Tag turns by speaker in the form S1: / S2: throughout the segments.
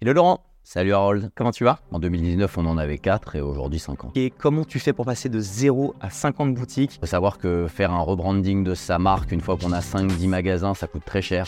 S1: Hello Laurent
S2: Salut Harold.
S1: Comment tu vas
S2: En 2019, on en avait 4 et aujourd'hui 50.
S1: Et comment tu fais pour passer de 0 à 50 boutiques
S2: Il faut savoir que faire un rebranding de sa marque une fois qu'on a 5-10 magasins, ça coûte très cher.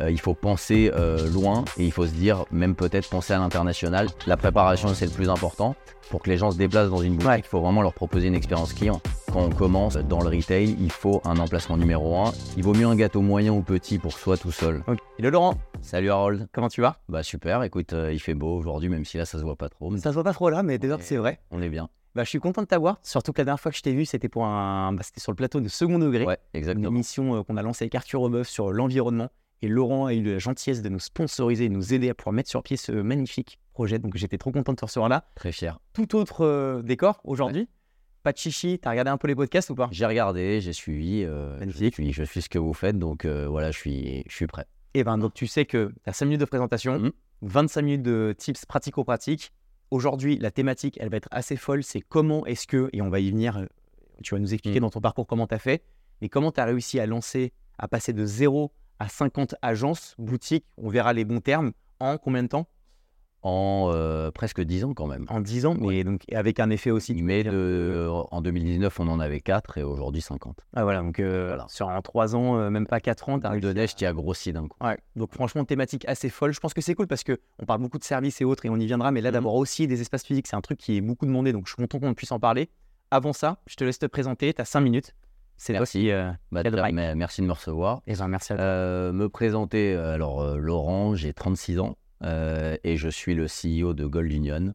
S2: Euh, il faut penser euh, loin et il faut se dire, même peut-être penser à l'international. La préparation, c'est le plus important. Pour que les gens se déplacent dans une boutique, il
S1: Ouais.
S2: faut vraiment leur proposer une expérience client. Quand on commence dans le retail, il faut un emplacement numéro 1. Il vaut mieux un gâteau moyen ou petit pour soi tout seul.
S1: Ok. Hello Laurent
S2: Salut Harold.
S1: Comment tu vas
S2: Bah super, écoute, euh, il fait beau aujourd'hui, même si là, ça se voit pas trop. mais
S1: Ça se voit pas trop là, mais déjà
S2: Ouais.
S1: c'est vrai.
S2: On est bien.
S1: Bah, je suis content de t'avoir, surtout que la dernière fois que je t'ai vu, c'était pour un, bah, c'était sur le plateau de second degré,
S2: Ouais,
S1: une
S2: exactement.
S1: émission euh, qu'on a lancée avec Arthur Obeuf sur l'environnement. Et Laurent a eu la gentillesse de nous sponsoriser et nous aider à pouvoir mettre sur pied ce magnifique projet. Donc j'étais trop content de te recevoir là.
S2: Très fier.
S1: Tout autre euh, décor aujourd'hui. Pas de chichi. T'as regardé un peu les podcasts ou pas
S2: J'ai regardé, j'ai suivi, euh, je,
S1: Magnifique.
S2: suis, je suis ce que vous faites, donc euh, voilà, je suis, je suis prêt.
S1: Et ben donc tu sais que tu as 5 minutes de présentation,
S2: Mhm.
S1: 25 minutes de tips pratico-pratiques. Aujourd'hui, la thématique, elle va être assez folle, c'est comment est-ce que, et on va y venir, euh, tu vas nous expliquer
S2: Mhm.
S1: dans ton parcours comment tu as fait, mais comment tu as réussi à lancer, à passer de 0 à 50 agences, boutiques, on verra les bons termes, en combien de temps
S2: En euh, presque 10 ans quand même.
S1: En 10 ans, mais
S2: Ouais.
S1: donc et avec un effet aussi.
S2: Mais de, en 2019, on en avait 4 et aujourd'hui 50.
S1: Ah, voilà, donc euh,
S2: Voilà.
S1: sur un 3 ans, euh, même pas 4 ans, tu as
S2: De neige qui a grossi d'un coup.
S1: Ouais, donc franchement, thématique assez folle. Je pense que c'est cool parce que on parle beaucoup de services et autres et on y viendra, mais là
S2: Mhm.
S1: d'avoir aussi des espaces physiques, c'est un truc qui est beaucoup demandé, donc je suis content qu'on puisse en parler. Avant ça, je te laisse te présenter, tu as 5 minutes. C'est là aussi. Euh...
S2: Bah,
S1: Quel
S2: déjà,
S1: drive.
S2: mais- merci de me recevoir.
S1: Eh ben, merci à toi.
S2: Euh, me présenter, euh, alors euh, Laurent, j'ai 36 ans euh, et je suis le CEO de Gold Union.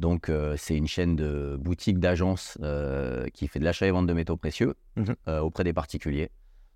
S2: Donc euh, c'est une chaîne de boutiques d'agences euh, qui fait de l'achat et vente de métaux précieux
S1: Mhm.
S2: euh, auprès des particuliers.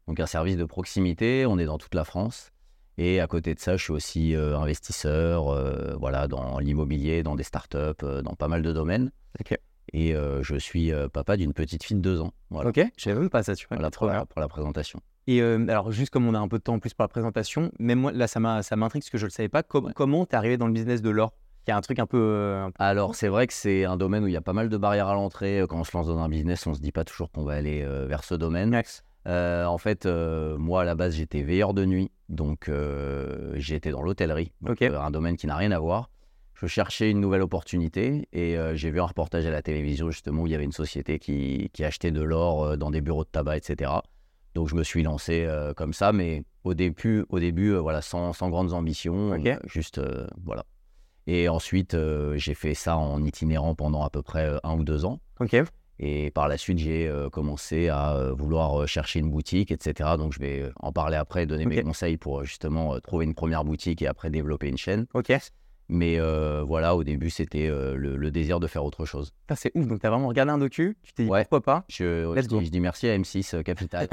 S2: Donc un service de proximité, on est dans toute la France. Et à côté de ça, je suis aussi euh, investisseur euh, voilà, dans l'immobilier, dans des startups, euh, dans pas mal de domaines.
S1: Ok.
S2: Et euh, je suis euh, papa d'une petite fille de deux ans. Voilà,
S1: Ok, je savais même pas ça, tu vois.
S2: voilà
S1: Trop
S2: pour, la,
S1: bien.
S2: pour la présentation.
S1: Et euh, alors, juste comme on a un peu de temps en plus pour la présentation, même moi, là, ça m'a- ça m'intrigue parce que je le savais pas. Com-
S2: Ouais.
S1: Comment t'es arrivé dans le business de l'or Il y a un truc un peu. euh, un peu-
S2: Alors, c'est vrai que c'est un domaine où il y a pas mal de barrières à l'entrée. Euh, Quand on se lance dans un business, on se dit pas toujours qu'on va aller euh, vers ce domaine. Euh, en fait, euh, moi, à la base, j'étais veilleur de nuit. Donc, euh, j'étais dans l'hôtellerie. Donc,
S1: Ok.
S2: euh, un domaine qui n'a rien à voir. Je cherchais une nouvelle opportunité et euh, j'ai vu un reportage à la télévision, justement, où il y avait une société qui, qui achetait de l'or euh, dans des bureaux de tabac, etc. Donc, je me suis lancé euh, comme ça, mais au début, au début euh, voilà, sans, sans grandes ambitions.
S1: Ok.
S2: euh, juste, euh, voilà. Et ensuite, euh, j'ai fait ça en itinérant pendant à peu près euh, un ou deux ans.
S1: Ok.
S2: Et par la suite, j'ai euh, commencé à euh, vouloir euh, chercher une boutique, etc. Donc, je vais euh, en parler après, donner mes
S1: Ok.
S2: conseils pour euh, justement euh, trouver une première boutique et après développer une chaîne.
S1: Ok.
S2: Mais euh, voilà, au début, c'était euh, le, le désir de faire autre chose.
S1: Putain, C'est ouf. Donc, t'as vraiment regardé un docu, tu t'es dit
S2: Ouais.
S1: pourquoi pas
S2: Je,
S1: Let's
S2: je-
S1: go.
S2: je dis merci à M6 euh, Capital.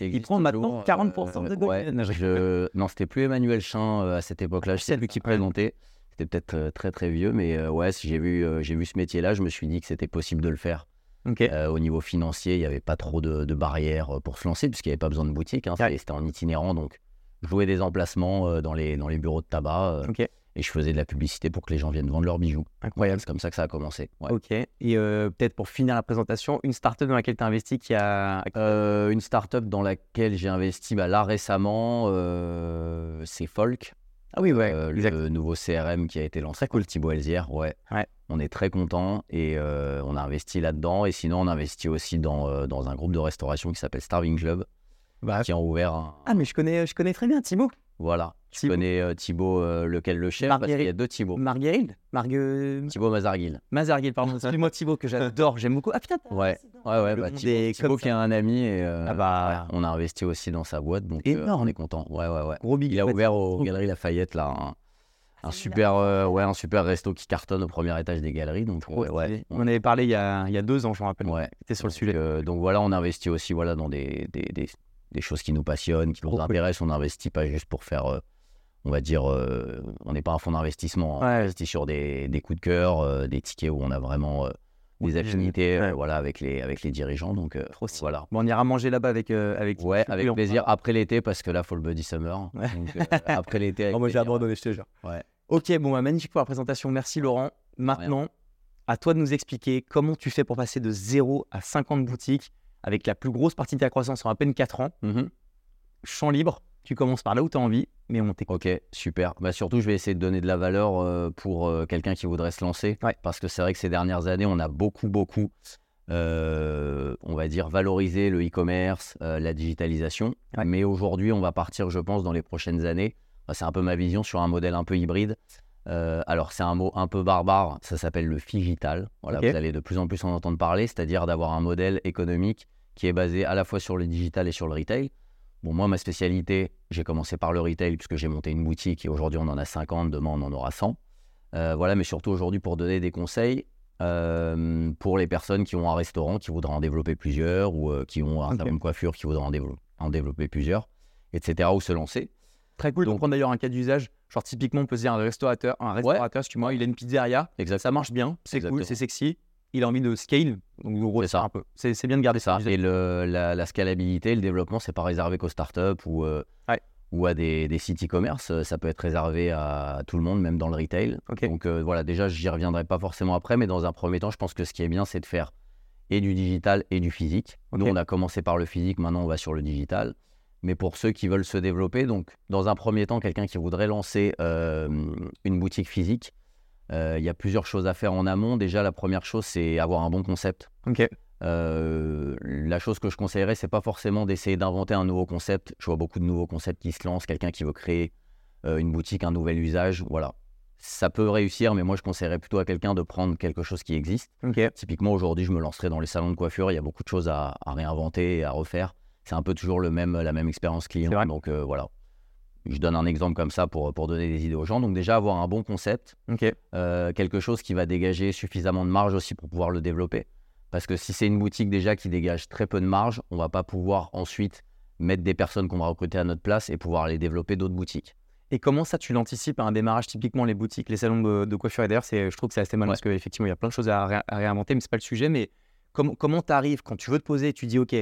S1: Il prend maintenant 40% de
S2: euh, ouais,
S1: docu. Non, je-
S2: je- Non, c'était plus Emmanuel Chin euh, à cette époque-là. Je sais plus qui présentait. C'était peut-être euh, très très vieux, mais euh, ouais, si j'ai vu, euh, j'ai vu ce métier-là, je me suis dit que c'était possible de le faire.
S1: Ok.
S2: Euh, au niveau financier, il n'y avait pas trop de, de barrières euh, pour se lancer, puisqu'il n'y avait pas besoin de boutique. hein. C'était c'était en itinérant, donc je louais des emplacements euh, dans, les, dans les bureaux de tabac euh,
S1: Ok.
S2: et je faisais de la publicité pour que les gens viennent vendre leurs bijoux.
S1: Incroyable.
S2: C'est comme ça que ça a commencé. ouais.
S1: Ok. Et euh, peut-être pour finir la présentation, une startup dans laquelle tu as investi qui a.
S2: Euh, une startup dans laquelle j'ai investi bah, là récemment, euh, c'est Folk,
S1: Ah oui, ouais.
S2: euh,
S1: exact.
S2: le nouveau CRM qui a été lancé. Cool, Thibaut Elzière, ouais.
S1: Ouais.
S2: On est très content et euh, on a investi là-dedans. Et sinon, on investit aussi dans, euh, dans un groupe de restauration qui s'appelle Starving Club,
S1: Bah,
S2: qui a ouvert un,
S1: Ah, mais je connais, je connais très bien Thibaut.
S2: Voilà. Tu
S1: Thibaut.
S2: connais euh, Thibaut, euh, lequel le chef Parce qu'il y a
S1: Marguerite.
S2: deux Thibaut.
S1: Marguerite Margue.
S2: Thibaut Mazarguil.
S1: Mazarguil, pardon. Excuse-moi, Thibaut, que j'adore. J'aime beaucoup. Ah putain. t'as-
S2: Ouais, ouais, ouais.
S1: Le
S2: Bah,
S1: monde
S2: Thibaut,
S1: est
S2: Thibaut
S1: comme
S2: qui est un ami et euh,
S1: Ah bah.
S2: on a investi aussi dans sa boîte. Donc, euh,
S1: Énorme.
S2: on est content. Ouais, ouais, ouais.
S1: Gros big.
S2: Il a
S1: ouais.
S2: ouvert aux
S1: trop.
S2: Galeries Lafayette, là, un, un
S1: c'est
S2: super, euh, ouais, un super resto qui cartonne au premier étage des galeries. Donc, ouais, ouais.
S1: On en avait parlé il y a, il y a deux ans, je me rappelle.
S2: Ouais.
S1: C'était sur le
S2: Donc,
S1: sujet.
S2: euh, donc voilà, on investit aussi voilà, dans des, des, des- des choses qui nous passionnent, qui nous
S1: Trop cool.
S2: intéressent. On n'investit pas juste pour faire, euh, on va dire, euh, on n'est pas un fonds d'investissement. hein. On
S1: Ouais.
S2: investit sur des, des coups de cœur, euh, des tickets où on a vraiment euh,
S1: Oui,
S2: des
S1: j'ai-
S2: affinités euh,
S1: ouais.
S2: voilà, avec, les, avec les dirigeants. Donc euh,
S1: Trop stylé.
S2: voilà.
S1: Bon, on ira manger là-bas avec. euh, avec
S2: Ouais,
S1: Thibaut et
S2: avec
S1: on-
S2: plaisir. Après l'été, parce que là, faut le buddy summer.
S1: Ouais.
S2: Donc, euh, après l'été, avec
S1: Oh, moi, j'ai
S2: plaisir.
S1: abandonné, je te jure.
S2: Ouais.
S1: Ok, bon, bah, magnifique pour la présentation. Merci, Laurent. Maintenant, à toi de nous expliquer comment tu fais pour passer de 0 à 50 boutiques avec la plus grosse partie de ta croissance en à peine 4 ans,
S2: Mhm.
S1: champ libre, Tu commences par là où tu as envie, mais on t'écoute.
S2: Ok, super. Bah, surtout, je vais essayer de donner de la valeur euh, pour euh, quelqu'un qui voudrait se lancer.
S1: Ouais.
S2: Parce que c'est vrai que ces dernières années, on a beaucoup, beaucoup, euh, on va dire, valorisé le e-commerce, euh, la digitalisation.
S1: Ouais.
S2: Mais aujourd'hui, on va partir, je pense, dans les prochaines années. Enfin, c'est un peu ma vision sur un modèle un peu hybride. Euh, alors, c'est un mot un peu barbare, ça s'appelle le figital. Voilà,
S1: Ok.
S2: Vous allez de plus en plus en entendre parler, c'est-à-dire d'avoir un modèle économique qui est basé à la fois sur le digital et sur le retail. Bon, moi, ma spécialité, j'ai commencé par le retail puisque j'ai monté une boutique et aujourd'hui on en a 50, demain on en aura 100. Euh, voilà, mais surtout aujourd'hui pour donner des conseils euh, pour les personnes qui ont un restaurant, qui voudraient en développer plusieurs ou euh, qui ont un
S1: Ok.
S2: salon de coiffure, qui voudraient en, dévelop- en développer plusieurs, etc. ou se lancer.
S1: Très cool. Donc,
S2: Donc-
S1: prendre d'ailleurs un cas d'usage. Genre, typiquement, on peut se dire un restaurateur, un restaurateur, excuse-moi, il a une pizzeria,
S2: Exact.
S1: ça marche bien, c'est cool,
S2: Exactement.
S1: c'est sexy. Il a envie de scale, donc en gros,
S2: C'est ça.
S1: un peu. C'est c'est bien de garder
S2: C'est ça.
S1: ça.
S2: Et le- la, la scalabilité, le développement, c'est pas réservé qu'aux startups ou, euh,
S1: Ouais.
S2: ou à des, des sites e-commerce. Euh, Ça peut être réservé à tout le monde, même dans le retail.
S1: Ok.
S2: Donc euh, voilà, déjà, j'y reviendrai pas forcément après, mais dans un premier temps, je pense que ce qui est bien, c'est de faire et du digital et du physique. Nous,
S1: Ok.
S2: on a commencé par le physique, maintenant, on va sur le digital. Mais pour ceux qui veulent se développer, donc dans un premier temps, quelqu'un qui voudrait lancer euh, une boutique physique, euh, il y a plusieurs choses à faire en amont. Déjà, la première chose, c'est avoir un bon concept.
S1: Ok,
S2: Euh, la chose que je conseillerais, c'est pas forcément d'essayer d'inventer un nouveau concept. Je vois beaucoup de nouveaux concepts qui se lancent, quelqu'un qui veut créer euh, une boutique, un nouvel usage, voilà. Ça peut réussir, mais moi je conseillerais plutôt à quelqu'un de prendre quelque chose qui existe.
S1: ok.
S2: Typiquement, aujourd'hui, je me lancerai dans les salons de coiffure. Il y a beaucoup de choses à, à réinventer et à refaire. C'est un peu toujours le même, la même expérience
S1: C'est vrai.
S2: client. Donc euh, voilà. Je donne un exemple comme ça pour, pour donner des idées aux gens. Donc déjà, avoir un bon concept,
S1: Ok,
S2: euh, quelque chose qui va dégager suffisamment de marge aussi pour pouvoir le développer. Parce que si c'est une boutique déjà qui dégage très peu de marge, on va pas pouvoir ensuite mettre des personnes qu'on va recruter à notre place et pouvoir aller développer d'autres boutiques.
S1: Et comment ça, tu l'anticipes à un démarrage typiquement les boutiques, les salons de, de coiffure Et d'ailleurs, c'est- je trouve que c'est assez mal
S2: Ouais.
S1: parce qu'effectivement, il y a plein de choses à, ré- à réinventer, mais c'est pas le sujet. Mais com- comment tu arrives quand tu veux te poser, tu dis OK,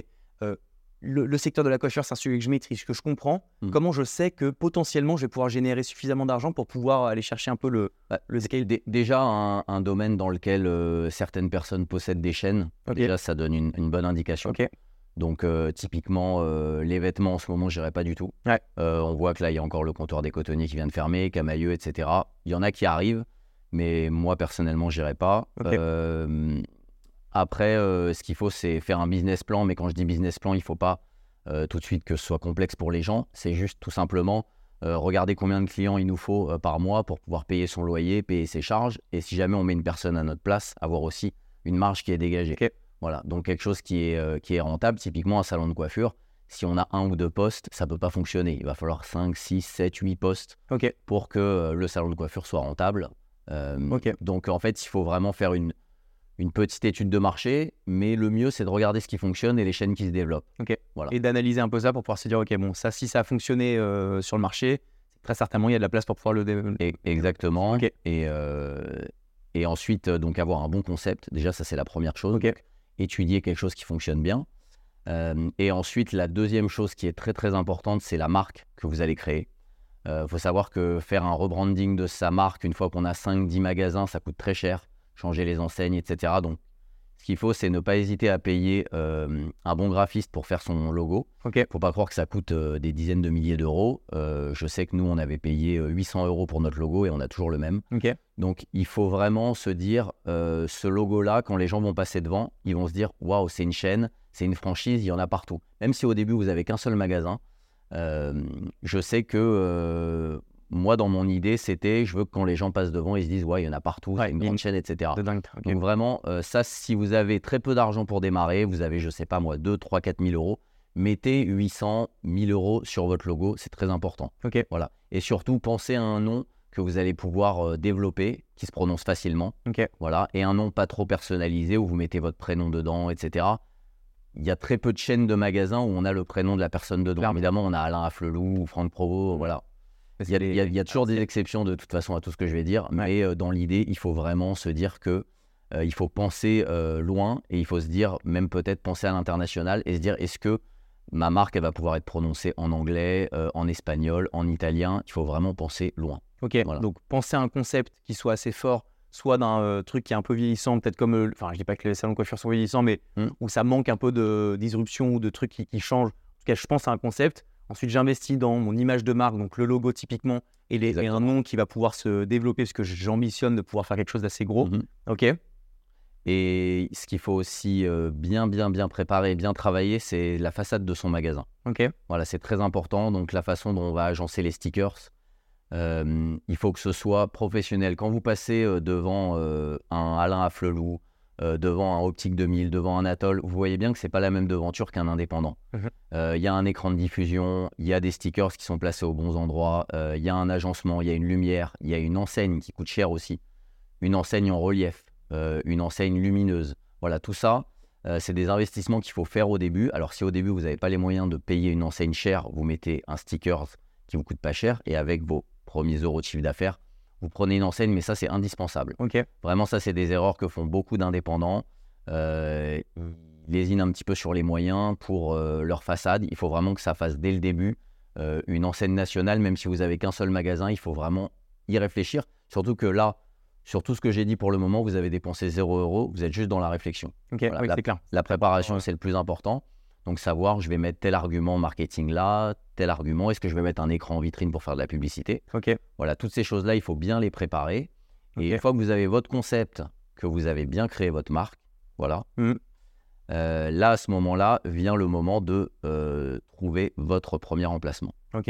S1: euh, le, le secteur de la coiffure, c'est un sujet que je maîtrise, que je comprends.
S2: Mm.
S1: Comment je sais que potentiellement, je vais pouvoir générer suffisamment d'argent pour pouvoir aller chercher un peu le, le scale
S2: Dé- déjà, un, un domaine dans lequel euh, certaines personnes possèdent des chaînes,
S1: Ok.
S2: déjà ça donne une, une bonne indication.
S1: Ok.
S2: Donc euh, typiquement, euh, les vêtements en ce moment, j'irai pas du tout.
S1: Ouais.
S2: Euh, on voit que là, il y a encore le comptoir des cotonniers qui vient de fermer, Camailleux, etc. Il y en a qui arrivent, mais moi personnellement, j'irai pas.
S1: Ok.
S2: Euh, après, euh, ce qu'il faut, c'est faire un business plan. Mais quand je dis business plan, il faut pas euh, tout de suite que ce soit complexe pour les gens. C'est juste tout simplement euh, regarder combien de clients il nous faut euh, par mois pour pouvoir payer son loyer, payer ses charges. Et si jamais on met une personne à notre place, avoir aussi une marge qui est dégagée.
S1: Ok.
S2: Voilà, donc quelque chose qui est, euh, qui est rentable. Typiquement, un salon de coiffure, si on a un ou deux postes, ça ne peut pas fonctionner. Il va falloir 5, 6, 7, 8 postes
S1: Ok,
S2: pour que euh, le salon de coiffure soit rentable. Euh,
S1: Ok.
S2: Donc en fait, il faut vraiment faire une, une petite étude de marché, mais le mieux, c'est de regarder ce qui fonctionne et les chaînes qui se développent.
S1: et d'analyser un peu ça pour pouvoir se dire OK, bon, ça, si ça a fonctionné euh, sur le marché, très certainement, il y a de la place pour pouvoir le développer.
S2: E- exactement.
S1: Ok.
S2: Et, euh, et ensuite, euh, donc avoir un bon concept. Déjà, ça, c'est la première chose.
S1: Ok.
S2: Donc, étudier quelque chose qui fonctionne bien. Euh, et ensuite, la deuxième chose qui est très, très importante, c'est la marque que vous allez créer. Il faut savoir que faire un rebranding de sa marque, une fois qu'on a 5-10 magasins, ça coûte très cher. Changer les enseignes, etc. Donc, ce qu'il faut, c'est ne pas hésiter à payer euh, un bon graphiste pour faire son logo.
S1: Ok.
S2: Faut pas croire que ça coûte euh, des dizaines de milliers d'euros. Euh, je sais que nous, on avait payé euh, 800 euros pour notre logo et on a toujours le même.
S1: Ok.
S2: Donc, il faut vraiment se dire, euh, ce logo-là, quand les gens vont passer devant, ils vont se dire, waouh, c'est une chaîne, c'est une franchise, il y en a partout. Même si au début, vous avez qu'un seul magasin, euh, je sais que euh, moi, dans mon idée, c'était, je veux que quand les gens passent devant, ils se disent, ouais, il y en a partout,
S1: Ouais,
S2: c'est une
S1: il y a
S2: grande
S1: une-
S2: chaîne, etc.
S1: De dingue. ok.
S2: ah, Donc vraiment, euh, ça, si vous avez très peu d'argent pour démarrer, vous avez, je sais pas moi, 2, 3, 4 000 euros, mettez 800, 1000 euros sur votre logo, c'est très important.
S1: Ok.
S2: Voilà. Et surtout, pensez à un nom que vous allez pouvoir euh, développer, qui se prononce facilement.
S1: Ok.
S2: Voilà. Et un nom pas trop personnalisé où vous mettez votre prénom dedans, etc. Il y a très peu de chaînes de magasins où on a le prénom de la personne dedans.
S1: Clairement.
S2: Évidemment, on a Alain Afflelou ou Franck Provo, voilà.
S1: Parce
S2: Il y, a,
S1: que les-
S2: il y a- il y a toujours des exceptions de toute façon à tout ce que je vais dire, mais euh, dans l'idée, il faut vraiment se dire que euh, il faut penser euh, loin et il faut se dire, même peut-être penser à l'international et se dire, est-ce que ma marque elle va pouvoir être prononcée en anglais, euh, en espagnol, en italien Il faut vraiment penser loin.
S1: Ok,
S2: Voilà.
S1: donc pensez à un concept qui soit assez fort, soit d'un euh, truc qui est un peu vieillissant, peut-être comme. euh, Enfin, je dis pas que les salons de coiffure sont vieillissants, mais
S2: Hmm.
S1: où ça manque un peu de disruption ou de trucs qui, qui changent. En tout cas, je pense à un concept. Ensuite, j'investis dans mon image de marque, donc le logo typiquement, et, les- et un nom qui va pouvoir se développer parce que j'ambitionne de pouvoir faire quelque chose d'assez gros.
S2: Mhm.
S1: Ok.
S2: Et ce qu'il faut aussi euh, bien, bien, bien préparer, bien travailler, c'est la façade de son magasin.
S1: Ok.
S2: Voilà, c'est très important. Donc, la façon dont on va agencer les stickers, euh, il faut que ce soit professionnel. Quand vous passez euh, devant euh, un Alain Afflelou, euh, devant un Optique 2000, devant un Atoll, vous voyez bien que c'est pas la même devanture qu'un indépendant. Euh,
S1: Mhm.
S2: Il y a un écran de diffusion, il y a des stickers qui sont placés aux bons endroits, euh, il y a un agencement, il y a une lumière, il y a une enseigne qui coûte cher aussi, une enseigne en relief, euh, une enseigne lumineuse. Voilà, tout ça, euh, c'est des investissements qu'il faut faire au début. Alors si au début vous n'avez pas les moyens de payer une enseigne chère, vous mettez un sticker qui vous coûte pas cher et avec vos premiers euros de chiffre d'affaires, vous prenez une enseigne, mais ça c'est indispensable.
S1: Ok.
S2: Vraiment, ça c'est des erreurs que font beaucoup d'indépendants. Euh, ils lésinent un petit peu sur les moyens pour euh, leur façade. Il faut vraiment que ça fasse dès le début euh, une enseigne nationale, même si vous avez qu'un seul magasin, il faut vraiment y réfléchir. Surtout que là, sur tout ce que j'ai dit pour le moment, vous avez dépensé 0 euros, vous êtes juste dans la réflexion.
S1: Ok.
S2: Voilà,
S1: oui, c'est clair.
S2: La préparation,
S1: Ouais.
S2: c'est le plus important. Donc, savoir, je vais mettre tel argument marketing là, tel argument, est-ce que je vais mettre un écran en vitrine pour faire de la publicité
S1: Ok.
S2: Voilà, toutes ces choses-là, il faut bien les préparer. Et
S1: Ok.
S2: une fois que vous avez votre concept, que vous avez bien créé votre marque, voilà,
S1: Mhm.
S2: euh, là, à ce moment-là, vient le moment de euh, trouver votre premier emplacement.
S1: Ok.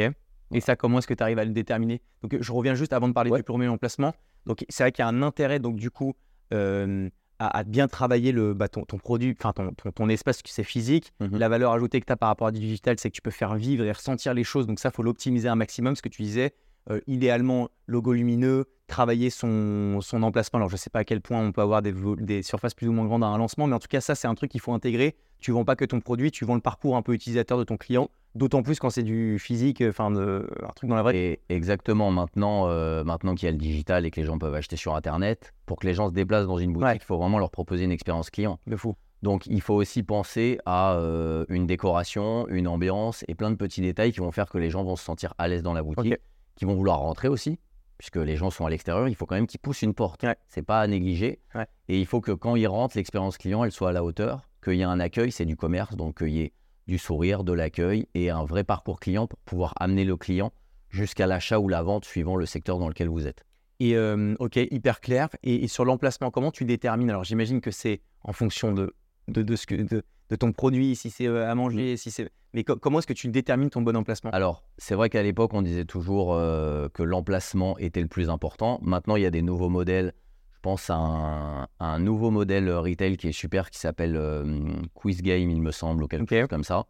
S1: Et ça, comment est-ce que tu arrives à le déterminer Donc, euh, je reviens juste avant de parler
S2: Ouais.
S1: du premier emplacement. Donc, c'est vrai qu'il y a un intérêt, donc du coup, euh, à, à bien travailler le, bah, ton, ton produit, enfin ton, ton, ton espace, qui c'est physique.
S2: Mhm.
S1: La valeur ajoutée que tu as par rapport à du digital, c'est que tu peux faire vivre et ressentir les choses. Donc, ça, faut l'optimiser un maximum. Ce que tu disais, euh, idéalement, logo lumineux, travailler son, son emplacement. Alors, je ne sais pas à quel point on peut avoir des, vo- des surfaces plus ou moins grandes à un lancement, mais en tout cas, ça, c'est un truc qu'il faut intégrer. Tu vends pas que ton produit, tu vends le parcours un peu utilisateur de ton client. D'autant plus quand c'est du physique, euh, enfin de- un truc dans la vraie.
S2: Et exactement, maintenant, euh, maintenant qu'il y a le digital et que les gens peuvent acheter sur Internet, pour que les gens se déplacent dans une boutique, il
S1: Ouais.
S2: faut vraiment leur proposer une expérience client.
S1: De fou.
S2: Donc, il faut aussi penser à euh, une décoration, une ambiance et plein de petits détails qui vont faire que les gens vont se sentir à l'aise dans la boutique,
S1: Ok.
S2: qui vont vouloir rentrer aussi, puisque les gens sont à l'extérieur, il faut quand même qu'ils poussent une porte.
S1: Ouais.
S2: C'est pas à négliger.
S1: Ouais.
S2: Et il faut que quand ils rentrent, l'expérience client, elle soit à la hauteur, qu'il y ait un accueil, c'est du commerce, donc qu'il y ait du sourire, de l'accueil et un vrai parcours client pour pouvoir amener le client jusqu'à l'achat ou la vente suivant le secteur dans lequel vous êtes.
S1: Et euh, ok, hyper clair. Et, et sur l'emplacement, comment tu détermines Alors j'imagine que c'est en fonction de, de, de ce que, de, de ton produit, si c'est euh, à manger, si c'est. Mais co- comment est-ce que tu détermines ton bon emplacement
S2: Alors, c'est vrai qu'à l'époque, on disait toujours euh, que l'emplacement était le plus important. Maintenant, il y a des nouveaux modèles. Je pense à un, à un nouveau modèle euh, retail qui est super, qui s'appelle euh, Quiz Game, il me semble, ou quelque
S1: Ok.
S2: chose comme ça.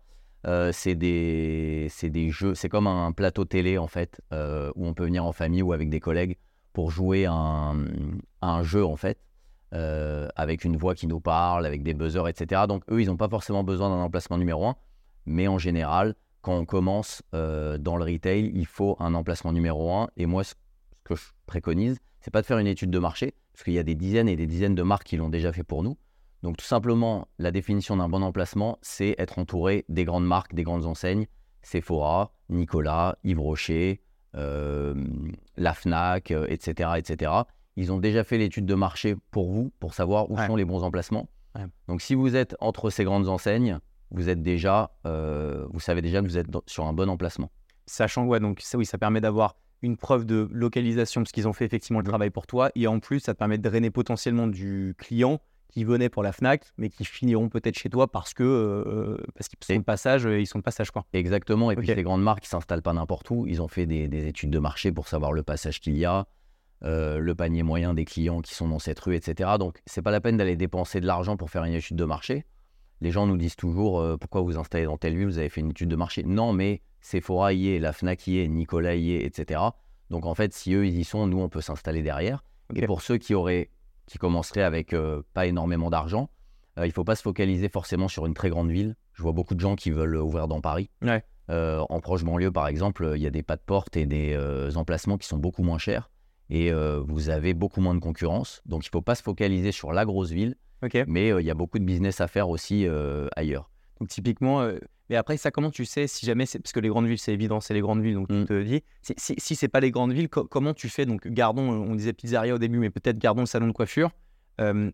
S2: Euh, c'est des, c'est des jeux, c'est comme un plateau télé en fait, euh, où on peut venir en famille ou avec des collègues pour jouer à un, à un jeu en fait, euh, avec une voix qui nous parle, avec des buzzers, etc. Donc eux, ils n'ont pas forcément besoin d'un emplacement numéro un, mais en général, quand on commence euh, dans le retail, il faut un emplacement numéro un. Et moi, ce ce que je préconise, c'est pas de faire une étude de marché, parce qu'il y a des dizaines et des dizaines de marques qui l'ont déjà fait pour nous. Donc tout simplement, la définition d'un bon emplacement, c'est être entouré des grandes marques, des grandes enseignes, Sephora, Nicolas, Yves Rocher, euh, la Fnac, euh, etc., etc. Ils ont déjà fait l'étude de marché pour vous, pour savoir où
S1: Ouais.
S2: sont les bons emplacements.
S1: Ouais.
S2: Donc si vous êtes entre ces grandes enseignes, vous êtes déjà, euh, vous savez déjà que vous êtes dans- sur un bon emplacement.
S1: Sachant ouais, donc ça oui, ça permet d'avoir une preuve de localisation parce qu'ils ont fait effectivement le travail pour toi. Et en plus, ça te permet de drainer potentiellement du client qui venait pour la Fnac, mais qui finiront peut-être chez toi parce que euh, parce qu'ils sont
S2: Et-
S1: de passage, euh, ils sont de passage quoi.
S2: Exactement. Et
S1: Ok.
S2: puis les grandes marques, ils s'installent pas n'importe où. Ils ont fait des, des études de marché pour savoir le passage qu'il y a, euh, le panier moyen des clients qui sont dans cette rue, etc. Donc c'est pas la peine d'aller dépenser de l'argent pour faire une étude de marché. Les gens nous disent toujours euh, pourquoi vous installez dans telle ville, vous avez fait une étude de marché. Non, mais Sephora y est, la Fnac y est, Nicolas y est, etc. Donc en fait, si eux ils y sont, nous on peut s'installer derrière.
S1: Ok.
S2: Et pour ceux qui auraient, qui commenceraient avec euh, pas énormément d'argent, euh, il faut pas se focaliser forcément sur une très grande ville. Je vois beaucoup de gens qui veulent euh, ouvrir dans Paris.
S1: Ouais.
S2: Euh, en proche banlieue, par exemple, il y a des pas de porte et des euh, emplacements qui sont beaucoup moins chers. Et euh, vous avez beaucoup moins de concurrence. Donc il faut pas se focaliser sur la grosse ville,
S1: Ok.
S2: mais euh, il y a beaucoup de business à faire aussi euh, ailleurs.
S1: Donc typiquement, euh, mais après ça, comment tu sais si jamais c'est parce que les grandes villes, c'est évident, c'est les grandes villes, donc tu
S2: Mm.
S1: te dis si, si, si c'est pas les grandes villes, co- comment tu fais Donc gardons, euh, on disait pizzeria au début, mais peut-être gardons le salon de coiffure. Euh,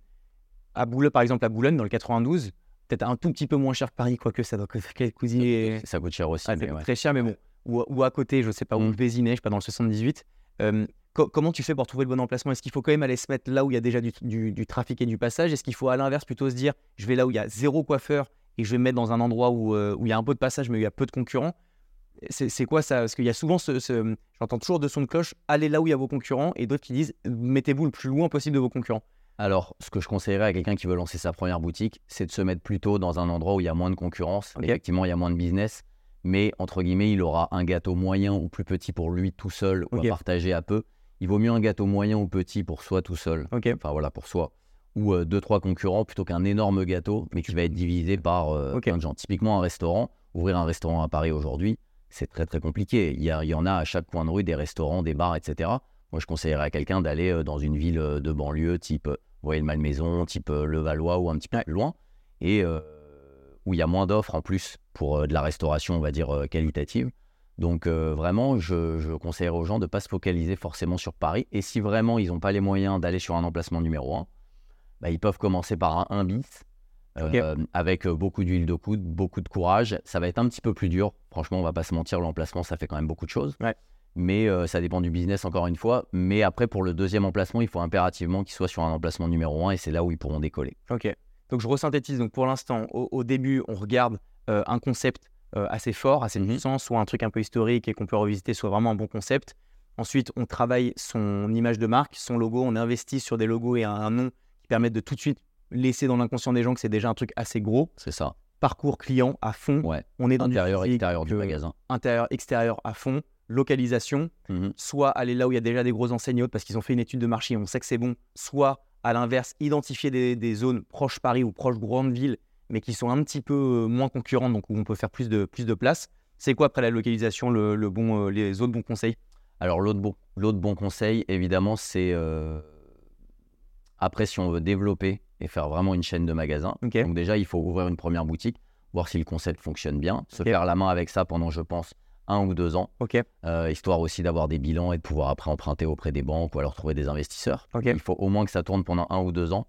S1: à Boulogne, par exemple, à Boulogne dans le 92, peut-être un tout petit peu moins cher que Paris, quoique ça doit coûter cousiner.
S2: Ça coûte cher aussi.
S1: Ah, ça
S2: mais
S1: coûte
S2: ouais.
S1: très cher, mais bon. Ou, ou à côté, je sais pas, où
S2: Mm.
S1: je Vésinet, je sais pas, dans le 78. Euh, co- comment tu fais pour trouver le bon emplacement Est-ce qu'il faut quand même aller se mettre là où il y a déjà du, du- du trafic et du passage Est-ce qu'il faut à l'inverse plutôt se dire, je vais là où il y a zéro coiffeur et je vais me mettre dans un endroit où, euh, où il y a un peu de passage mais où il y a peu de concurrents c'est, c'est quoi ça Parce qu'il y a souvent ce, ce- J'entends toujours de son de cloche, allez là où il y a vos concurrents et d'autres qui disent, mettez-vous le plus loin possible de vos concurrents.
S2: Alors, ce que je conseillerais à quelqu'un qui veut lancer sa première boutique, c'est de se mettre plutôt dans un endroit où il y a moins de concurrence.
S1: Ok.
S2: Effectivement, il y a moins de business, mais entre guillemets, il aura un gâteau moyen ou plus petit pour lui tout seul ou
S1: Ok.
S2: à partager à peu. Il vaut mieux un gâteau moyen ou petit pour soi tout seul.
S1: Ok.
S2: Enfin voilà, pour soi. Ou euh, deux, trois concurrents plutôt qu'un énorme gâteau, mais qui va être divisé par euh,
S1: Ok.
S2: plein de gens. Typiquement, un restaurant, ouvrir un restaurant à Paris aujourd'hui, c'est très très compliqué. Il y, a- il y en a à chaque coin de rue des restaurants, des bars, etc. Moi, je conseillerais à quelqu'un d'aller euh, dans une ville euh, de banlieue, type euh, voyez le Malmaison, type euh, Levallois ou un petit peu plus loin, et euh, où il y a moins d'offres en plus pour euh, de la restauration, on va dire, euh, qualitative. Donc euh, vraiment, je, je conseillerais aux gens de ne pas se focaliser forcément sur Paris. Et si vraiment ils n'ont pas les moyens d'aller sur un emplacement numéro 1, bah, ils peuvent commencer par un 1 bis, euh, avec euh, beaucoup d'huile de coude, beaucoup de courage. Ça va être un petit peu plus dur. Franchement, on va pas se mentir, l'emplacement, ça fait quand même beaucoup de choses.
S1: Ouais.
S2: Mais euh, ça dépend du business, encore une fois. Mais après, pour le deuxième emplacement, il faut impérativement qu'il soit sur un emplacement numéro 1 et c'est là où ils pourront décoller.
S1: Ok. Donc je resynthétise. Donc pour l'instant, au, au début, on regarde euh, un concept euh, assez fort,
S2: Mhm.
S1: assez puissant, soit un truc un peu historique et qu'on peut revisiter, soit vraiment un bon concept. Ensuite, on travaille son image de marque, son logo, on investit sur des logos et un, un nom qui permettent de tout de suite laisser dans l'inconscient des gens que c'est déjà un truc assez gros.
S2: C'est ça.
S1: Parcours client à fond.
S2: Ouais.
S1: On est Mmh. dans
S2: Intérieur,
S1: du physique,
S2: extérieur du
S1: que-
S2: magasin.
S1: Intérieur, extérieur à fond. Localisation,
S2: Mhm.
S1: soit aller là où il y a déjà des grosses enseignes hautes parce qu'ils ont fait une étude de marché et on sait que c'est bon, soit à l'inverse, identifier des, des zones proches Paris ou proches grandes villes, mais qui sont un petit peu euh, moins concurrentes, donc où on peut faire plus de, plus de place. C'est quoi après la localisation, le, le bon, euh, les autres bons conseils
S2: Alors l'autre bon, l'autre bon conseil, évidemment, c'est euh, après si on veut développer et faire vraiment une chaîne de magasins.
S1: Ok.
S2: Donc déjà, il faut ouvrir une première boutique, voir si le concept fonctionne bien, se
S1: Ok.
S2: faire la main avec ça pendant, je pense, un ou deux ans,
S1: Ok,
S2: euh, histoire aussi d'avoir des bilans et de pouvoir après emprunter auprès des banques ou alors trouver des investisseurs.
S1: ok,
S2: Il faut au moins que ça tourne pendant un ou deux ans.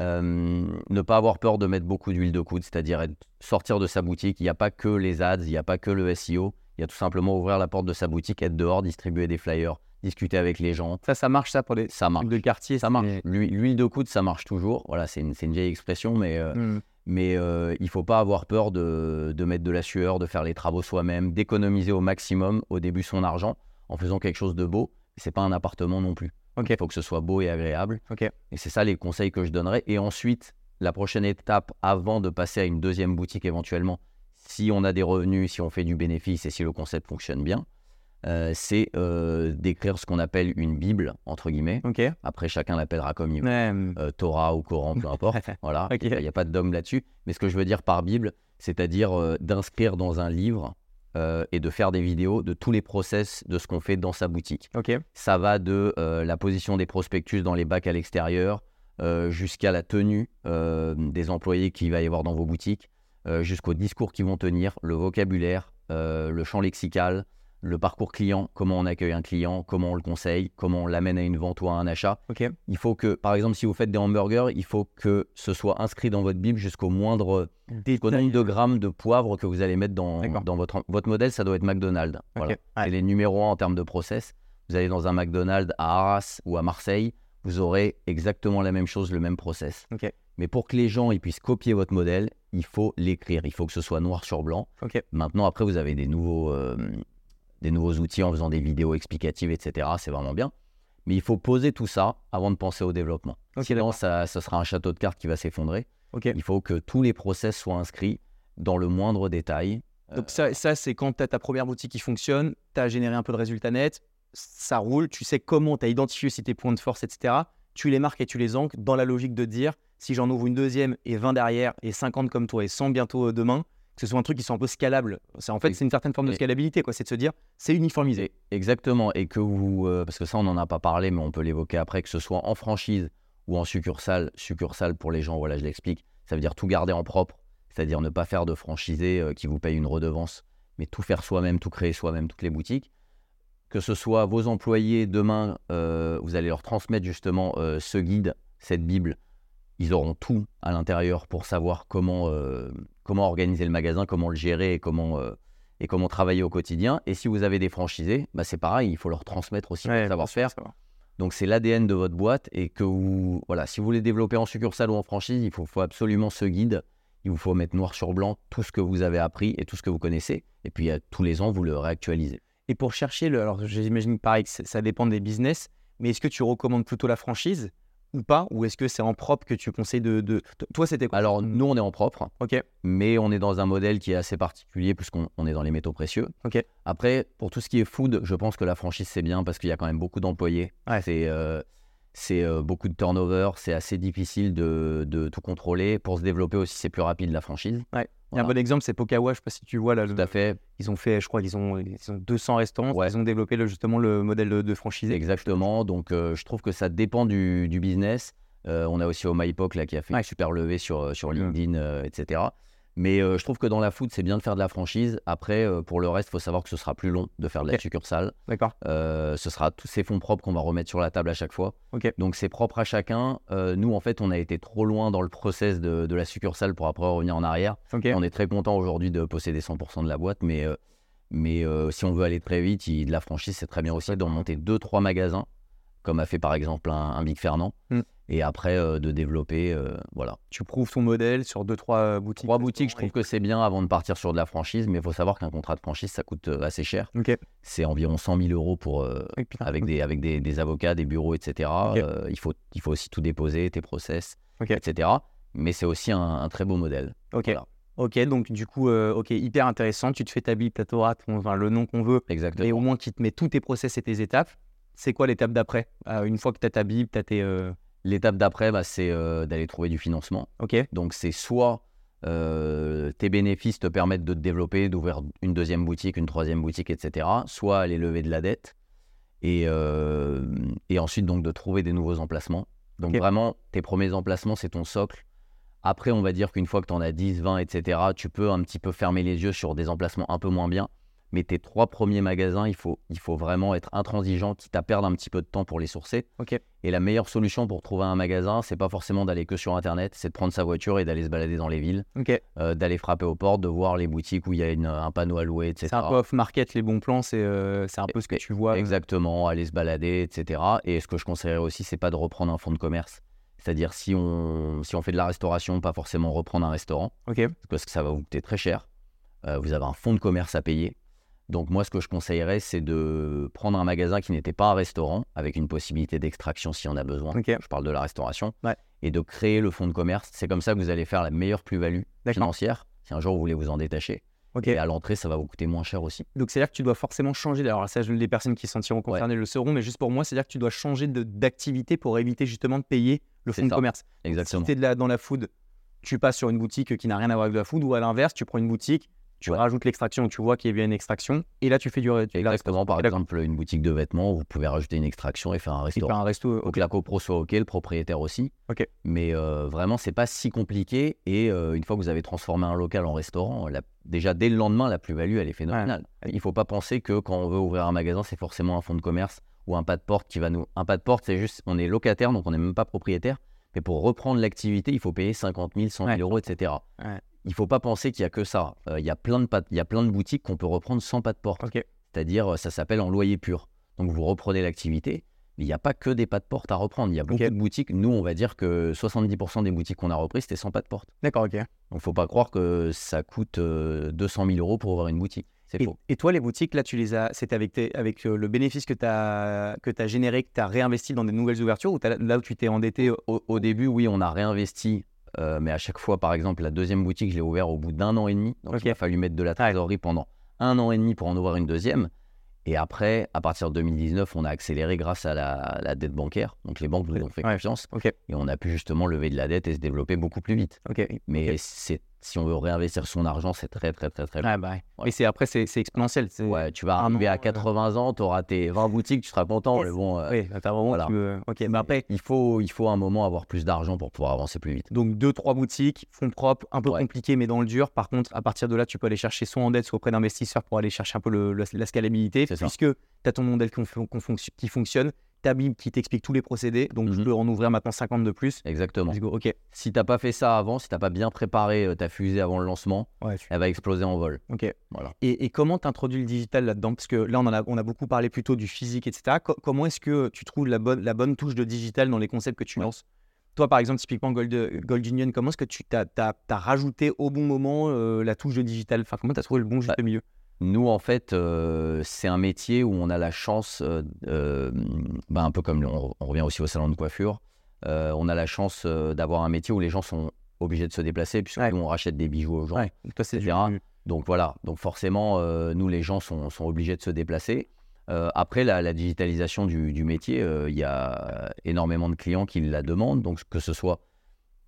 S2: Euh, ne pas avoir peur de mettre beaucoup d'huile de coude, c'est-à-dire être- sortir de sa boutique. Il n'y a pas que les ads, il n'y a pas que le SEO. Il y a tout simplement ouvrir la porte de sa boutique, être dehors, distribuer des flyers, discuter avec les gens.
S1: Ça, ça marche ça pour les
S2: Ça marche.
S1: trucs de quartier
S2: Ça marche.
S1: c'est-
S2: L'hui- L'huile de coude, ça marche toujours. Voilà, c'est une, c'est une vieille expression, mais, euh,
S1: Hmm.
S2: mais euh, il faut pas avoir peur de, de mettre de la sueur, de faire les travaux soi-même, d'économiser au maximum au début son argent en faisant quelque chose de beau. C'est pas un appartement non plus.
S1: Ok.
S2: Il faut que ce soit beau et agréable.
S1: Ok.
S2: Et c'est ça les conseils que je donnerais. Et ensuite, la prochaine étape, avant de passer à une deuxième boutique éventuellement, si on a des revenus, si on fait du bénéfice et si le concept fonctionne bien, euh, c'est euh, d'écrire ce qu'on appelle une Bible, entre guillemets.
S1: Ok.
S2: Après, chacun l'appellera comme il veut.
S1: Ouais, hmm.
S2: Euh, Torah ou Coran, peu importe. Voilà,
S1: Ok.
S2: il n'y a pas de dogme là-dessus. Mais ce que je veux dire par Bible, c'est-à-dire euh, d'inscrire dans un livre euh, et de faire des vidéos de tous les process de ce qu'on fait dans sa boutique.
S1: Ok.
S2: Ça va de euh, la position des prospectus dans les bacs à l'extérieur euh, jusqu'à la tenue euh, des employés qu'il va y avoir dans vos boutiques, euh, jusqu'au discours qu'ils vont tenir, le vocabulaire, euh, le champ lexical, le parcours client, comment on accueille un client, comment on le conseille, comment on l'amène à une vente ou à un achat.
S1: Ok.
S2: Il faut que, par exemple, si vous faites des hamburgers, il faut que ce soit inscrit dans votre Bible jusqu'au moindre jusqu'au nombre de grammes de poivre que vous allez mettre dans,
S1: D'accord.
S2: dans votre, votre modèle. Ça doit être McDonald's. Voilà.
S1: Ok. Ouais.
S2: C'est les numéros 1 en termes de process. Vous allez dans un McDonald's à Arras ou à Marseille, vous aurez exactement la même chose, le même process.
S1: Ok.
S2: Mais pour que les gens ils puissent copier votre modèle, il faut l'écrire. Il faut que ce soit noir sur blanc.
S1: Ok.
S2: Maintenant, après, vous avez des nouveaux, euh, des nouveaux outils en faisant des vidéos explicatives, etc. C'est vraiment bien. Mais il faut poser tout ça avant de penser au développement.
S1: Ok,
S2: Sinon, ça, ça sera un château de cartes qui va s'effondrer.
S1: Ok.
S2: Il faut que tous les process soient inscrits dans le moindre détail.
S1: Donc ça, ça c'est quand tu as ta première boutique qui fonctionne, tu as généré un peu de résultats nets, ça roule, tu sais comment, tu as identifié aussi tes points de force, etc. Tu les marques et tu les ancres dans la logique de dire, si j'en ouvre une deuxième et 20 derrière et 50 comme toi et 100 bientôt euh, demain, que ce soit un truc qui soit un peu scalable. C'est- En fait, c'est une certaine forme de
S2: Et-
S1: scalabilité, quoi. c'est de se dire, c'est uniformisé.
S2: Exactement. Et que vous, euh, parce que ça, on n'en a pas parlé, mais on peut l'évoquer après, que ce soit en franchise ou en succursale. Succursale, pour les gens, voilà, je l'explique, ça veut dire tout garder en propre, c'est-à-dire ne pas faire de franchisé euh, qui vous paye une redevance, mais tout faire soi-même, tout créer soi-même, toutes les boutiques. Que ce soit vos employés, demain, euh, vous allez leur transmettre justement euh, ce guide, cette Bible, Ils auront tout à l'intérieur pour savoir comment, euh, comment organiser le magasin, comment le gérer et comment, euh, et comment travailler au quotidien. Et si vous avez des franchisés, bah, c'est pareil, il faut leur transmettre aussi
S1: Ouais,
S2: le savoir-faire.
S1: ça va.
S2: Donc c'est l'ADN de votre boîte et que vous, voilà, si vous voulez développer en succursale ou en franchise, il faut, faut absolument ce guide. Il vous faut mettre noir sur blanc tout ce que vous avez appris et tout ce que vous connaissez. Et puis euh, tous les ans, vous le réactualisez.
S1: Et pour chercher le. Alors, j'imagine pareil que ça- ça dépend des business, mais est-ce que tu recommandes plutôt la franchise ou pas Ou est-ce que c'est en propre que tu conseilles de. de- T- Toi, c'était quoi
S2: Alors
S1: Mm.
S2: nous, on est en propre,
S1: Ok.
S2: mais on est dans un modèle qui est assez particulier puisqu'on on est dans les métaux précieux.
S1: Ok.
S2: Après, pour tout ce qui est food, je pense que la franchise c'est bien parce qu'il y a quand même beaucoup d'employés.
S1: Ouais.
S2: C'est euh, c'est, euh, beaucoup de turnover, c'est assez difficile de, de tout contrôler. Pour se développer aussi, c'est plus rapide la franchise.
S1: Mm. Il y a Un
S2: voilà.
S1: bon exemple, c'est Pokawa, je sais pas si tu vois là. le-
S2: Tout à fait,
S1: Ils ont fait, je crois qu'ils ont, ils ont 200 restaurants,
S2: Ouais.
S1: ils ont développé le- justement le modèle de, de franchisé.
S2: exactement. Donc euh, je trouve que ça dépend du, du business. Euh, on a aussi Omaipok là qui a fait
S1: Ouais.
S2: une super levée sur, euh, sur
S1: Mm.
S2: LinkedIn, euh, etc. Mais euh, je trouve que dans la food, c'est bien de faire de la franchise. Après, euh, pour le reste, faut savoir que ce sera plus long de faire de la
S1: Ok.
S2: succursale.
S1: D'accord.
S2: Euh, ce sera tous ces fonds propres qu'on va remettre sur la table à chaque fois.
S1: Ok.
S2: Donc c'est propre à chacun. Euh, nous, en fait, on a été trop loin dans le process de, de la succursale pour après revenir en arrière.
S1: Ok.
S2: Et on est très content aujourd'hui de posséder 100% de la boîte, mais, euh, mais euh, si on veut aller très vite, il, de la franchise, c'est très bien aussi d'en monter 2-3 magasins, comme a fait par exemple un, un Big Fernand,
S1: Hmm.
S2: et après euh, de développer. euh, voilà.
S1: Tu prouves ton modèle sur 2-3 boutiques.
S2: Trois boutiques, je trouve
S1: restaurants,
S2: que c'est bien avant de partir sur de la franchise, mais il faut savoir qu'un contrat de franchise, ça coûte euh, assez cher.
S1: et- Ok.
S2: C'est environ 100 000 euros pour, euh,
S1: Et putain,
S2: avec
S1: ok.
S2: des, avec des, des avocats, des bureaux, etc. Euh, il, faut, il faut aussi tout déposer, tes process,
S1: Ok.
S2: etc. Mais c'est aussi un, un très beau modèle.
S1: Ok.
S2: Voilà.
S1: Ok, donc du coup, euh, ok, hyper intéressant. Tu te fais ta bille, ta Torah, ton- enfin, le nom qu'on veut,
S2: Exactement.
S1: mais au moins qui te met tous tes process et tes étapes. C'est quoi l'étape d'après Ah, Une fois que tu as ta Bible, tu as tes. euh,
S2: L'étape d'après, bah, c'est euh, d'aller trouver du financement.
S1: Ok,
S2: Donc, c'est soit euh, tes bénéfices te permettent de te développer, d'ouvrir une deuxième boutique, une troisième boutique, etc. Soit aller lever de la dette. Et, euh, et ensuite, donc, de trouver des nouveaux emplacements. Donc,
S1: Ok.
S2: vraiment, tes premiers emplacements, c'est ton socle. Après, on va dire qu'une fois que tu en as 10, 20, etc., tu peux un petit peu fermer les yeux sur des emplacements un peu moins bien. Mais tes trois premiers magasins, il faut, il faut vraiment être intransigeant, quitte à perdre un petit peu de temps pour les sourcer.
S1: Ok.
S2: Et la meilleure solution pour trouver un magasin, c'est pas forcément d'aller que sur Internet, c'est de prendre sa voiture et d'aller se balader dans les villes,
S1: ok.
S2: euh, d'aller frapper aux portes, de voir les boutiques où il y a une- euh, un panneau à louer, etc.
S1: C'est un peu off-market, les bons plans, c'est euh, c'est un peu ce que
S2: Et-
S1: tu vois.
S2: Exactement, aller se balader, etc. Et ce que je conseillerais aussi, c'est pas de reprendre un fonds de commerce. C'est-à-dire si on, si on fait de la restauration, pas forcément reprendre un restaurant,
S1: Ok,
S2: parce que ça va vous coûter très cher. Euh, vous avez un fonds de commerce à payer. Donc moi, ce que je conseillerais, c'est de prendre un magasin qui n'était pas un restaurant, avec une possibilité d'extraction si on a besoin.
S1: ok,
S2: Je parle de la restauration.
S1: Ouais.
S2: Et de créer le fonds de commerce. C'est comme ça que vous allez faire la meilleure plus-value
S1: D'accord.
S2: financière. Si un jour vous voulez vous en détacher.
S1: ok.
S2: Et à l'entrée, ça va vous coûter moins cher aussi.
S1: Donc c'est-à-dire que tu dois forcément changer. Alors ça, je- les personnes qui se sentiront concernées le sauront, mais juste pour moi, c'est-à-dire que tu dois changer de- d'activité pour éviter justement de payer le
S2: C'est
S1: fonds de
S2: ça.
S1: commerce.
S2: Exactement.
S1: Si tu es la, dans la food, tu passes sur une boutique qui n'a rien à voir avec de la food, ou à l'inverse, tu prends une boutique, tu
S2: Ouais.
S1: rajoutes l'extraction, tu vois qu'il y avait une extraction, et là tu fais du. tu- la-
S2: Exactement. Par
S1: Et la-
S2: exemple, une boutique de vêtements, vous pouvez rajouter une extraction et faire un
S1: tu fais
S2: restaurant.
S1: un resto.
S2: Faut que la copro soit OK, le propriétaire aussi.
S1: Ok.
S2: Mais euh, vraiment, c'est pas si compliqué. Et euh, une fois que vous avez transformé un local en restaurant, la- déjà dès le lendemain, la plus-value, elle est phénoménale. Il faut pas penser que quand on veut ouvrir un magasin, c'est forcément un fonds de commerce ou un pas de porte qui va nous. Un pas de porte, c'est juste, on est locataire, donc on n'est même pas propriétaire. Mais pour reprendre l'activité, il faut payer 50 000, 100 000
S1: Ouais.
S2: euros, etc.
S1: Ouais.
S2: Il faut pas penser qu'il y a que ça. Euh, Il y a plein de pas- il y a plein de boutiques qu'on peut reprendre sans pas de porte.
S1: Ok.
S2: C'est-à-dire, euh, ça s'appelle en loyer pur. Donc, vous reprenez l'activité, mais il n'y a pas que des pas de porte à reprendre. Il y a beaucoup
S1: Ok.
S2: de boutiques. Nous, on va dire que 70% des boutiques qu'on a reprises, c'était sans pas de porte.
S1: D'accord, ok.
S2: Donc, faut pas croire que ça coûte euh, 200 000 euros pour ouvrir une boutique. C'est
S1: Et,
S2: faux.
S1: et toi, les boutiques, là, tu les as. C'était avec, tes- avec euh, le bénéfice que tu as, que as généré, que tu as réinvesti dans des nouvelles ouvertures, ou t'as- là où tu t'es endetté euh,
S2: Au, au début, oui, on a réinvesti. euh, mais à chaque fois, par exemple, la deuxième boutique, je l'ai ouverte au bout d'un an et demi. Donc,
S1: Ok.
S2: il a fallu mettre de la trésorerie pendant un an et demi pour en ouvrir une deuxième. Et après, à partir de 2019, on a accéléré grâce à la, la dette bancaire. Donc, les banques nous ont fait
S1: Ouais.
S2: confiance.
S1: Ok.
S2: Et on a pu justement lever de la dette et se développer beaucoup plus vite.
S1: Ok.
S2: Mais
S1: Ok.
S2: c'est- si on veut réinvestir son argent, c'est très, très, très, très.
S1: Ah, bah, ouais. Et c'est après, c'est c'est exponentiel. c'est-
S2: Ouais, tu vas
S1: un
S2: arriver
S1: an, euh,
S2: à 80 ans, tu auras tes 20 boutiques, tu seras content.
S1: Yes.
S2: Mais bon, euh,
S1: Oui, bah, t'as vraiment.
S2: Voilà.
S1: tu veux- Ok, mais après,
S2: il, faut, il faut un moment avoir plus d'argent pour pouvoir avancer plus vite.
S1: donc deux, trois boutiques, fonds propres, un peu
S2: Ouais.
S1: compliqué, mais dans le dur. Par contre, à partir de là, tu peux aller chercher soit en dette, soit auprès d'investisseurs pour aller chercher un peu le- la, la scalabilité,
S2: C'est ça.
S1: puisque tu as ton modèle qu'on fon- qu'on fonc- qui fonctionne, ta Bible qui t'explique tous les procédés. Donc, je
S2: Mhm.
S1: peux en ouvrir maintenant 50 de plus.
S2: Exactement.
S1: Let's go. Ok.
S2: Si t'as pas fait ça avant, si t'as pas bien préparé euh, ta fusée avant le lancement,
S1: Ouais,
S2: elle va exploser en vol.
S1: Ok.
S2: Voilà.
S1: Et, et comment t'introduis le digital là-dedans Parce que là, on, en a, on a beaucoup parlé plutôt du physique, etc. Co- comment est-ce que tu trouves la bonne, la bonne touche de digital dans les concepts que tu lances Toi, par exemple, typiquement Gold, Gold Union, comment est-ce que tu t'as, t'as- t'as rajouté au bon moment euh, la touche de digital Enfin, comment t'as trouvé le bon juste
S2: Bah,
S1: milieu
S2: Nous, en fait, euh, c'est un métier où on a la chance, euh, euh, ben, un peu comme le- on, on revient aussi au salon de coiffure, euh, on a la chance euh, d'avoir un métier où les gens sont obligés de se déplacer, puisque
S1: Ouais.
S2: nous, on rachète des bijoux aux gens.
S1: Ouais. Toi, c'est du-
S2: etc. Donc voilà, donc forcément, euh, nous les gens sont, sont obligés de se déplacer. Euh, après la, la digitalisation du, du métier, euh, il y a énormément de clients qui la demandent, donc que ce soit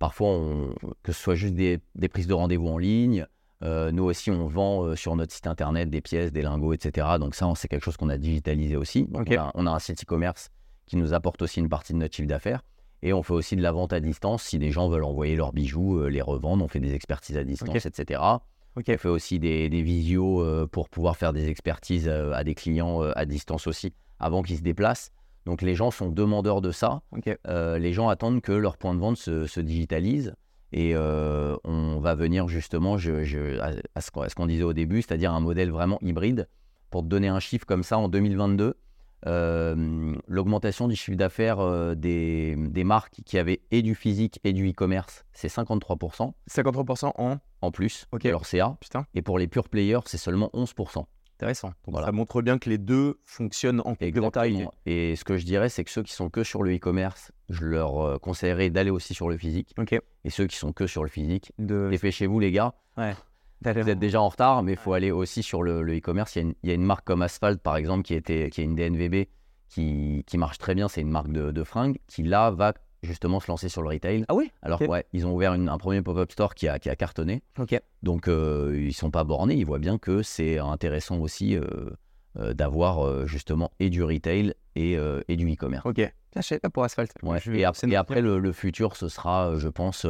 S2: parfois on- que ce soit juste des, des prises de rendez-vous en ligne. Euh, nous aussi, on vend euh, sur notre site internet des pièces, des lingots, etc. Donc ça, on- c'est quelque chose qu'on a digitalisé aussi. Donc,
S1: Ok.
S2: on, a, on a un site e-commerce qui nous apporte aussi une partie de notre chiffre d'affaires. Et on fait aussi de la vente à distance. Si des gens veulent envoyer leurs bijoux, euh, les revendre, on fait des expertises à distance, etc.
S1: Ok.
S2: On fait aussi des, des visios euh, pour pouvoir faire des expertises euh, à des clients euh, à distance aussi, avant qu'ils se déplacent. Donc les gens sont demandeurs de ça.
S1: Ok.
S2: Euh, les gens attendent que leur point de vente se, se digitalise. Et euh, on va venir justement je- je- à, à ce qu'on à ce qu'on disait au début, c'est-à-dire un modèle vraiment hybride. Pour te donner un chiffre comme ça, en 2022, euh, l'augmentation du chiffre d'affaires euh, des, des marques qui avaient et du physique et du e-commerce, c'est 53%
S1: 53% en.
S2: en plus
S1: Ok.
S2: de leur CA.
S1: Putain,
S2: Et pour les pure players, c'est seulement 11%.
S1: intéressant. Donc,
S2: Voilà.
S1: Ça montre bien que les deux fonctionnent en complémentarité.
S2: Exactement. Et ce que je dirais, c'est que ceux qui sont que sur le e-commerce, je leur euh, conseillerais d'aller aussi sur le physique.
S1: Ok.
S2: Et ceux qui sont que sur le physique,
S1: De...
S2: dépêchez-vous les gars.
S1: d'aller-
S2: Vous êtes déjà en retard, mais il faut aller aussi sur le le e-commerce. Il, y a une- il y a une marque comme Asphalt, par exemple, qui, était, qui est une DNVB, qui, qui marche très bien. C'est une marque de, de fringues qui, là, va justement se lancer sur le retail.
S1: Ah oui
S2: Alors,
S1: ok.
S2: ouais, ils ont ouvert une- un premier pop-up store qui a, qui a cartonné.
S1: Ok.
S2: Donc euh, ils sont pas bornés, ils voient bien que c'est intéressant aussi euh, euh, d'avoir euh, justement et du retail et, euh, et du e-commerce.
S1: Ok. Putain, je savais pas pour Asphalt.
S2: Ouais.
S1: Je-
S2: Et, ap-
S1: c'est
S2: et
S1: notre-
S2: après le, le futur, ce sera, euh, je pense,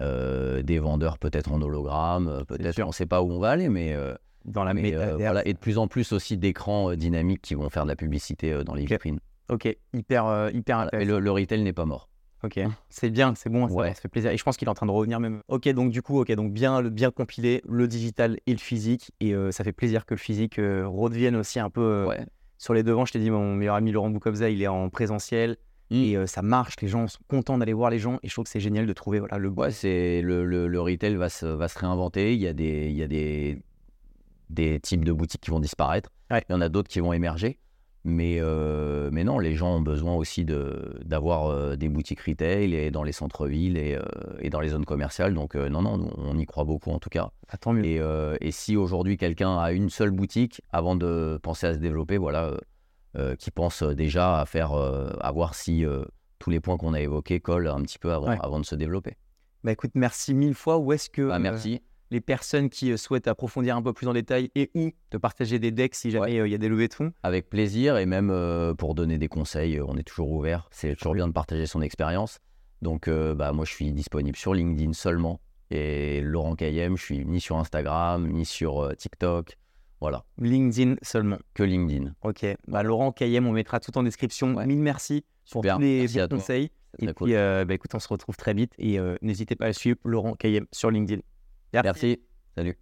S2: euh, des vendeurs peut-être en hologramme, euh, peut-être
S1: sûr. Ah,
S2: on ne sait pas où on va aller, mais, euh,
S1: Dans la
S2: mais,
S1: méta-
S2: euh, voilà. et de plus en plus aussi d'écrans euh, dynamiques qui vont faire de la publicité euh, dans les
S1: Ok.
S2: vitrines.
S1: Ok, hyper, euh, hyper
S2: Voilà. Et
S1: intéressant.
S2: le, le retail n'est pas mort.
S1: Ok, c'est bien, c'est bon, à savoir,
S2: Ouais.
S1: ça fait plaisir. Et je pense qu'il est en train de revenir même. Ok, donc du coup, ok, donc bien, le- bien compilé, le digital et le physique. Et euh, ça fait plaisir que le physique euh, redevienne aussi un peu euh,
S2: Ouais.
S1: sur les devants. Je t'ai dit, mon meilleur ami Laurent Boukobza, il est en présentiel
S2: Mm.
S1: et euh, ça marche. Les gens sont contents d'aller voir les gens et je trouve que c'est génial de trouver voilà, le bon.
S2: Ouais, c'est le, le- le retail va se, va se réinventer. Il y a des, il y a des, des types de boutiques qui vont disparaître.
S1: Ouais.
S2: Il y en a d'autres qui vont émerger. Mais, euh, mais non, les gens ont besoin aussi de, d'avoir euh, des boutiques retail et dans les centres-villes et, euh, et dans les zones commerciales. Donc euh, non, non, nous, on y croit beaucoup en tout cas.
S1: Ah, tant mieux.
S2: Et, euh, et si aujourd'hui quelqu'un a une seule boutique, avant de penser à se développer, voilà, euh, euh, qui pense euh, déjà à faire, euh, à voir si euh, tous les points qu'on a évoqués collent un petit peu avant,
S1: Ouais.
S2: avant de se développer.
S1: Bah écoute, merci mille fois. Où est-ce que
S2: Bah,
S1: euh,
S2: merci.
S1: les personnes qui euh, souhaitent approfondir un peu plus en détail et ou te partager des decks si jamais euh, il y a des levées de fonds
S2: Avec plaisir et même euh, pour donner des conseils, euh, on est toujours ouvert. C'est toujours bien de partager son expérience. Donc, euh, bah, moi, je suis disponible sur LinkedIn seulement. Et Laurent Cayem, je suis ni sur Instagram, ni sur euh, TikTok. Voilà,
S1: LinkedIn seulement.
S2: que LinkedIn.
S1: Ok, bah, Laurent Cayem, on mettra tout en description.
S2: Ouais.
S1: Mille merci pour
S2: Super,
S1: tous les
S2: merci
S1: bons
S2: à toi.
S1: conseils.
S2: C'était
S1: Et
S2: très
S1: puis,
S2: cool.
S1: euh, bah, écoute, on se retrouve très vite. Et euh, n'hésitez pas à suivre Laurent Cayem sur LinkedIn.
S2: Merci. Salut.